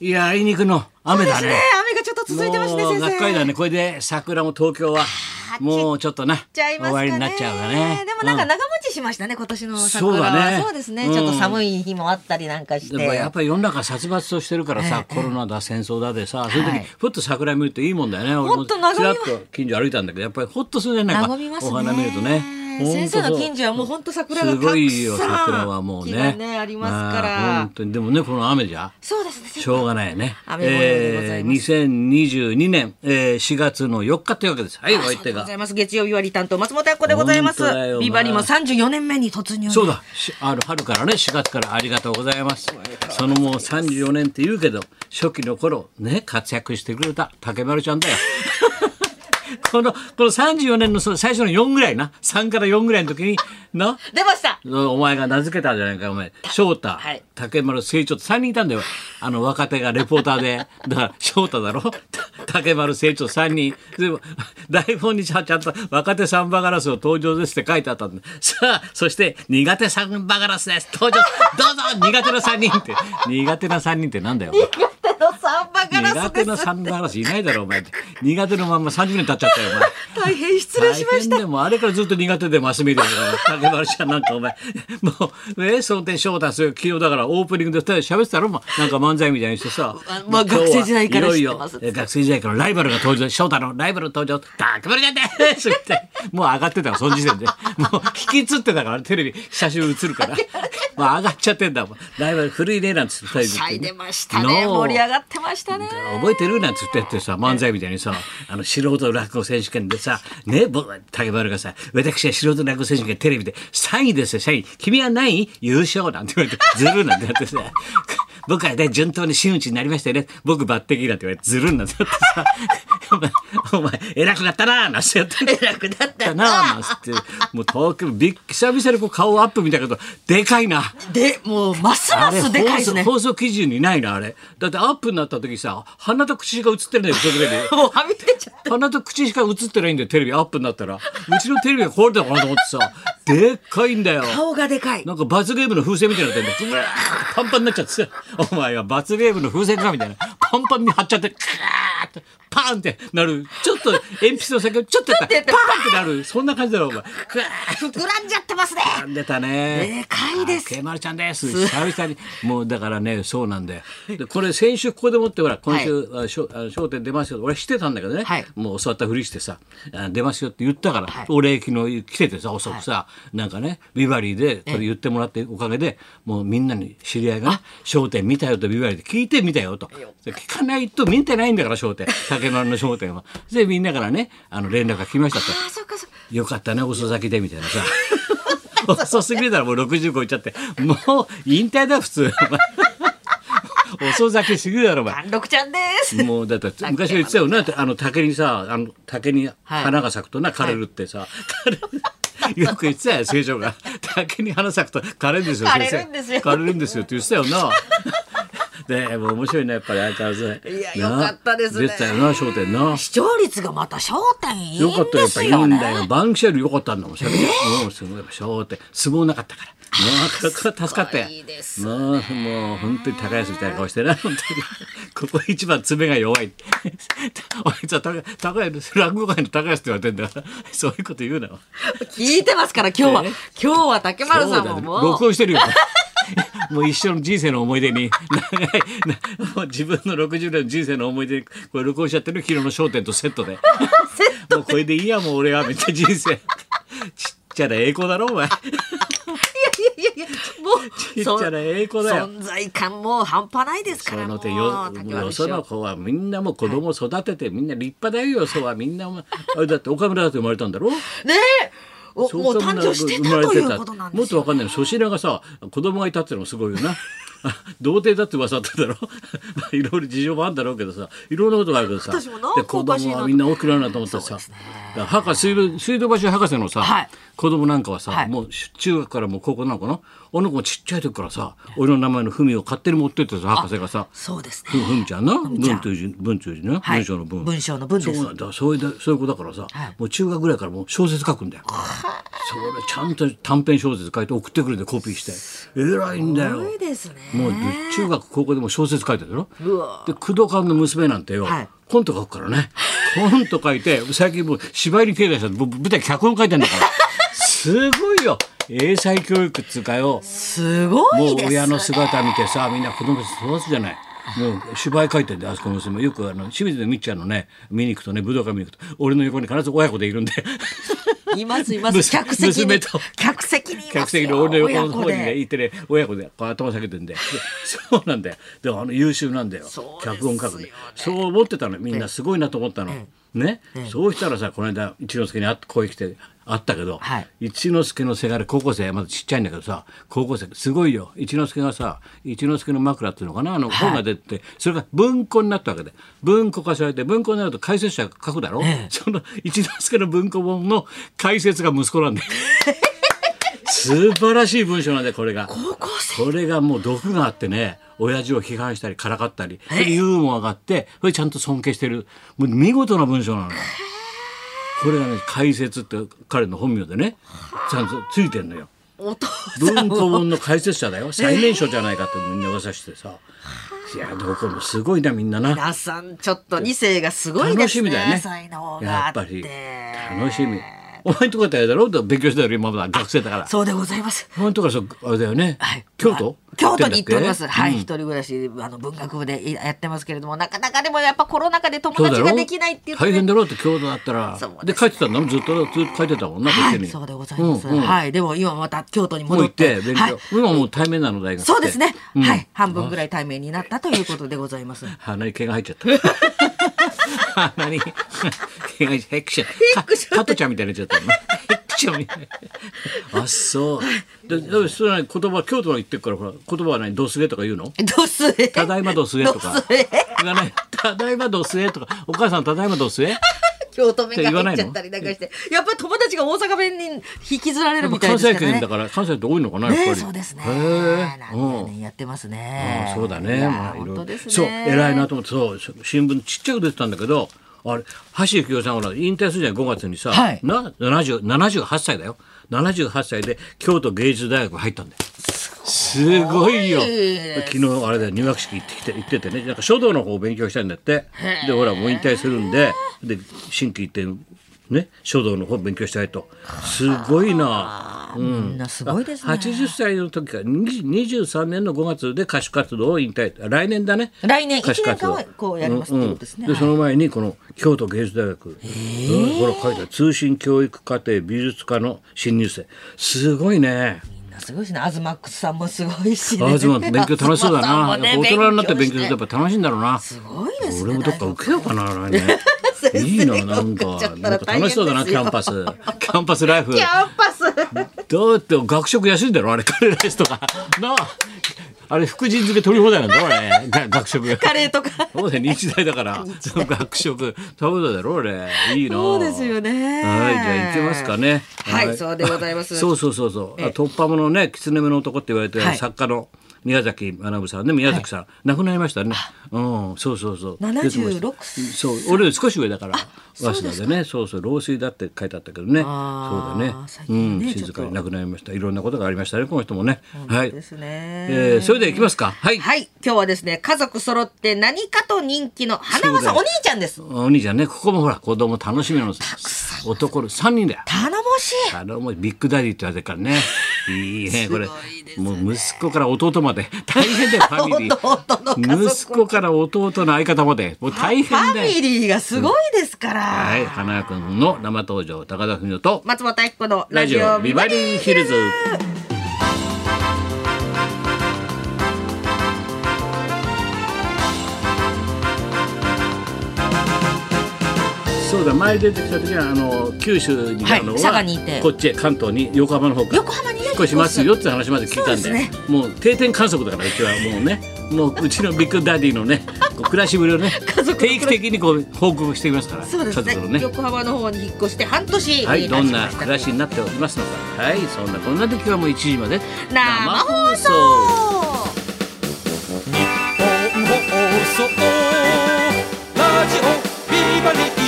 いやあいにくの雨だですねね雨がちょっと続いてますねもう先生がっかりだねこれで桜も東京はもうちょっとなちゃい終ますかわねりになっちゃうわねでもなんかう長持ちしましたね、今年のそ桜うだねそうですね、うんちょっと寒い日もあったりなんかしてでもやっぱり世の中殺伐としてるからさ、コロナだ戦争だでさ、そういう時はいふっと桜見るといいもんだよね。俺ほもっと和みちらっと近所歩いたんだけど、やっぱりほっとするねなんか和みますねお花見るとね。先生の近所はもうほん本と当そう桜がたくさすんごいよ桜はもう木がね。ねありますからああ本当にでもねこの雨じゃ。そうですねしょうがないね。 雨模様でございますえー、2022年、えー、4月の4日というわけです。はい、お相ありがと手うごがざ。います月曜日割り担当松本明子でございます本当だよなビバリーも34年目に突入そうだ、しある春からね、4月からありがとうございます。そのもう34年って言うけど、初期の頃、ね、活躍してくれた竹丸ちゃんだ よ。この、この34年のその最初の4ぐらいな、3から4ぐらいの時に、な、出ましたお前が名付けたじゃないか、お前。翔太、はい竹丸、成長って3人いたんだよ。あの若手がレポーターで。だから、翔太だろた竹丸、成長3人。でも、台本にちゃんと若手サンバガラスを登場ですって書いてあったんだ。さあ、そして、苦手サンバガラスです。登場どうぞ苦手な3人って。苦手な3人ってなんだよ。お前苦手のサンバガラ苦スで手すなサンバガラスいないだろ、お前。苦手のまんま30年経っちゃったよ、お前。大変失礼しました大変でもあれからずっと苦手でマスメディアだから竹丸ちゃんなんかお前もうねその点翔太そういう昨日だからオープニングで2人で喋ってたろもうなんか漫才みたいにしてさあ まあもう今日は学生時代から知ってますいよいよえ学生時代からライバルが登場翔太のライバル登場竹丸ちゃんですってもう上がってたのその時 点でもう引きつってたからテレビ写真映るからもう上がっちゃってんだもんライバル古いねなんつって2人でし 言っゃていねでましたねのう盛り上がってましたね覚えてるなんつってってさ漫才みたいにさあの素人落語選手権でさね僕竹丸がさ私は素人落語選手権テレビで3位ですよ3位君は何位優勝なんて言われてずるなんてなってさ 僕はね順当に真打ちになりましたよね僕抜擢なんて言われてずるなんてなってさ お前お前偉くなったなーなんてやって 偉くなっだたなあなんつってもう遠くびっ久々にこう顔アップ見たけどでかいなでもうますまあれすでかいですね放送放送基準にないなあれだってアップになった時さ鼻と口が映ってるんだよそ れだけでもうはみ出ちゃった鼻と口しか映ってないんだよテレビアップになったらうちのテレビが壊れたのかなと思ってさでっかいんだよ顔がでかいなんか罰ゲームの風船みたいになってんだよブワーッパンパンになっちゃってさお前は罰ゲームの風船かみたいなパンパンに張っちゃってクワーッてパーンってなるちょっと鉛筆の先をちょっとやったらパーンってなるそんな感じだろお前クワーッ膨らんじゃってますね噛んでたね。でかいですあケマルちゃんです。久々に。もうだから ね、そうなんだよ。で、これ先週ここでもって、ほら、今週、あしょあ商店出ますよ。俺してたんだけどね。はいもう教わったふりしてさ、あ出ますよって言ったから、はい俺昨日来ててさ、遅くさ、なんかね、ビバリーで、これ言ってもらっておかげで、もうみんなに知り合いがね、商店見たよとビバリーで聞いてみたよと。で聞かないと見てないんだから、商店。竹丸の商店は。で、みんなからね、あの、連絡が来ましたと。あそっかそっかよかったね遅咲きでみたいなさ遅すぎるだろもう60超えちゃってもう引退だ普通 遅咲きすぎるだろお前貫禄ちゃんですもうだ って昔は言ってたよなあの竹にさあの竹に花が咲くとな枯れるってさ、 枯れよく言ってたよ成長が竹に花咲くと枯れるんですよ枯れる先生んですよ枯れるんですよって言ってたよ なでもう面白いねやっぱり相変わらずいやなよかったですね出てたよな『笑点』な視聴率がまた焦点いいよかったよ、んでやっぱすいいよんねだよ。バンキシャよりよかったんだもん、しゃべうん、すごい、しょうって、相撲なかったから。もう、助かったよ。いいですもう、もう、本当に高安みたいな顔 してな、本当に。ここ一番爪が弱い。 あいつは高、高安、落語界の高安って言われてんだから、そういうこと言うな。聞いてますから今日はね今日は竹丸さんももう録音してるよ。 もう一生の人生の思い出に 長いなもう自分の60年の人生の思い出にこれ録音しちゃってる昨日の『笑点』とセットで。 セットもうこれでいいやもう俺はめっちゃ人生 ちっちゃな栄光だろお前いやいやいやもちっうちゃそな栄光だよ存在感もう半端ないですかそらものう手よ竹丸よ師匠その子はみんなもう子供育ててみんな立派だよよそはみんなお前あれだって岡村だって生まれたんだろねえおそもう岡誕村生してた生まれとていうことなんもでっすとよわかんないの粗品がさ子供がいたってのもすごいよな あ童貞だって噂だっただろ まあいろいろ事情もあるんだろうけどさいろんなことがあるけどさ私もなんかで子おかしい供なはみんな大きくなるなと思ってさ、だから博士水道水道橋博士のさ、はい子供なんかはさ、はいもう中学からもう高校なのかなあの子もちっちゃい時からさ俺の名前の文を勝手に持ってってさ博士がさそうですふねふみちゃんなみち文ゃんという字文という字ね、はい文章の文文章の文ですそうなんだそういうだそういう子だからさ、はいもう中学ぐらいからもう小説書くんだよそれちゃんと短編小説書いて送ってくるんでコピーして偉いんだすよごいですねもう中学高校でも小説書いてるだろうわで工藤官の娘なんてよ、はいコント書くからねコント書いて最近もう芝居に手出したぶ舞台脚本書いてんだ からすごいよ英才教育っつうかよすごもいうですね。親の姿見てさみんな子供たち育つじゃない。もう芝居書いてんであそこの娘よくあの清水のみっちゃんのね見に行くとね武道館見に行くと俺の横に必ず親子でいる んでいますいまむす。す客席に娘と客席にいますよ。客席の俺の横の方に親子ねでいてね親子でこう頭下げてんででそうなんだよでもあの優秀なんだよそうです脚本よね書くねそう思ってたのみんなすごいなと思ったの、ね、そうしたらさこの間一之輔に会って声来て会ったけど、はい一之輔のせがれ高校生まだちっちゃいんだけどさ高校生すごいよ一之輔がさ一之輔の枕っていうのかなあの本が出て、それが文庫になったわけで文庫化されて文庫になると解説者が書くだろ、その一之輔の文庫本の解説が息子 なんだよ素晴らしい文章なんだよこれが。高校生これがもう毒があってね親父を批判したりからかったりそれでユーモアがあってそれでちゃんと尊敬してるもう見事な文章なのよ。これがね解説って彼の本名でねちゃんとついてんのよ。お父さ文ん庫を本の解説者だよ最年少じゃないかってみんな噂してさいやどこもすごいなみんなな皆さんちょっと二世がすごいで楽すしね。みだよね才能がやあっってぱり楽しみお前んとこだってあれだろだから勉強してたよ今まだ学生だからそうでございます。お前んとこはそうあれだよねはい、京都あ京都に行っております。行んだはけい、一人暮らし、あの文学部でやってますけれども、なかなかでもやっぱコロナ禍で友そうだ達ろができないっていう大変ね。だろうって京都だったらそうですねで書いてたんだろずっとずっと書いてたもんなは別い、にそうでございます。うんうんはい、でも今また京都にもう戻行っってて、勉はい強、今もう対面なの大学ってそうですね。うんはい、半分ぐらい対面になったということでございます。鼻に毛が入っちゃった。 鼻に毛が入っちゃった。ヘクション。ヘクション。加トちゃんみたいになっちゃったの。ヘクションみたいな。あ、そう。で、でもそれはね言葉、京都から言ってるから、ほら、言葉は何、どすげとか言うの どうすえただいまどすえとかどすえ言わない。ただいまどすえとか、お母さんただいまどすえ京都弁が入っちゃったりなんかして、やっぱり友達が大阪弁に引きずられるみたい関です西からね。圏だから、関西って多いのかな、やっぱねり。え、そうですね。へなんえかうんねやってますあねあ。そうだね。いやまあいろいろ本当ですね。そう、偉いなと思って、そう、し新聞ちっちゃく出てたんだけど、あれ、橋幸夫さんほら、引退するじゃん、5月にさ、はいな、70、78歳だよ。78歳で京都芸術大学入ったんだよ。すごいよ。昨日、あれだよ、入学式行ってきて、行っててね、なんか書道の方を勉強したいんだって。で、ほら、もう引退するんで、で、新規行って、ね、書道の方を勉強したいと。すごいな。うん。みんなすごいですね。 80歳の時から20 23年の5月で歌手活動を引退来年だね来年歌手活動一年間はこうやりますってことですねんはいその前にこの京都芸術大学、うんほら書いてある通信教育課程美術科の新入生すごいね みんなすごいしね。アズマックスさんもすごいしね。ああでも勉強楽しそうだな、東さんもねやっぱ大人になって勉強するしてとやっぱ楽しいんだろうなすごいですね。俺もどっか受けようかな来年 先生いいななんか送っちゃったら大変なんか楽ですよしそうだなキャンパス キャンパスライフキャンパス。だって学食安いんだろあれカレーライスとかなああれ福神漬け取り放題なんだろあれが学食カレー とか。そうだよ日大だ からその学食食べただろあれいいなそうですよねはいじゃあ行きますかねはいそうでございま すそうそうそうそうあ突破者ね狐目の男って言われてるはい作家の宮崎学さんね宮崎さん亡くなりましたねうんそうそうそう76歳そう俺より少し上だからそ早うです稲か田でねそうそう老衰だって書いてあったけどねそうあだーね最う近んねちょっと静かに亡くなりましたいろんなことがありましたねこの人もねはいですね。えーそれでは行きますかはいはい、今日はですね、家族揃って何かと人気の花輪さん、おそうだよ兄ちゃんです。お兄ちゃんねここもほら子供楽しみなのさ男の3人だよ頼もしい。あのもうビッグダディって言われてるから ね。いいね、これ。すごいですねもう息子から弟まで、大変だよ、ファミリ 弟の家ー。族息子から弟の相方まで、もう大フ変だァミよ。リーがすごいですから。はい、花輪君の生登場、高田文夫と。松本明子のララジジオオビビババリリーーヒヒルルズズ。そうだ前出てきた時はあの九州にいたのは、はい佐賀にいてこっちへ関東に横浜の方から横浜にね引っ越しますよって話まで聞いたんでそうですもう定点観測だからうちはも うねもううちのビッグダディのねこう暮らしぶりをね家族の暮ら定し期的にこう報告していますからそうです家ね族のね横浜の方に引っ越して半年はいどん経ちまなした暮らしになっておりますのかはいそんなこんな時はもう1時まで生放送。日本放送ラジオビバリー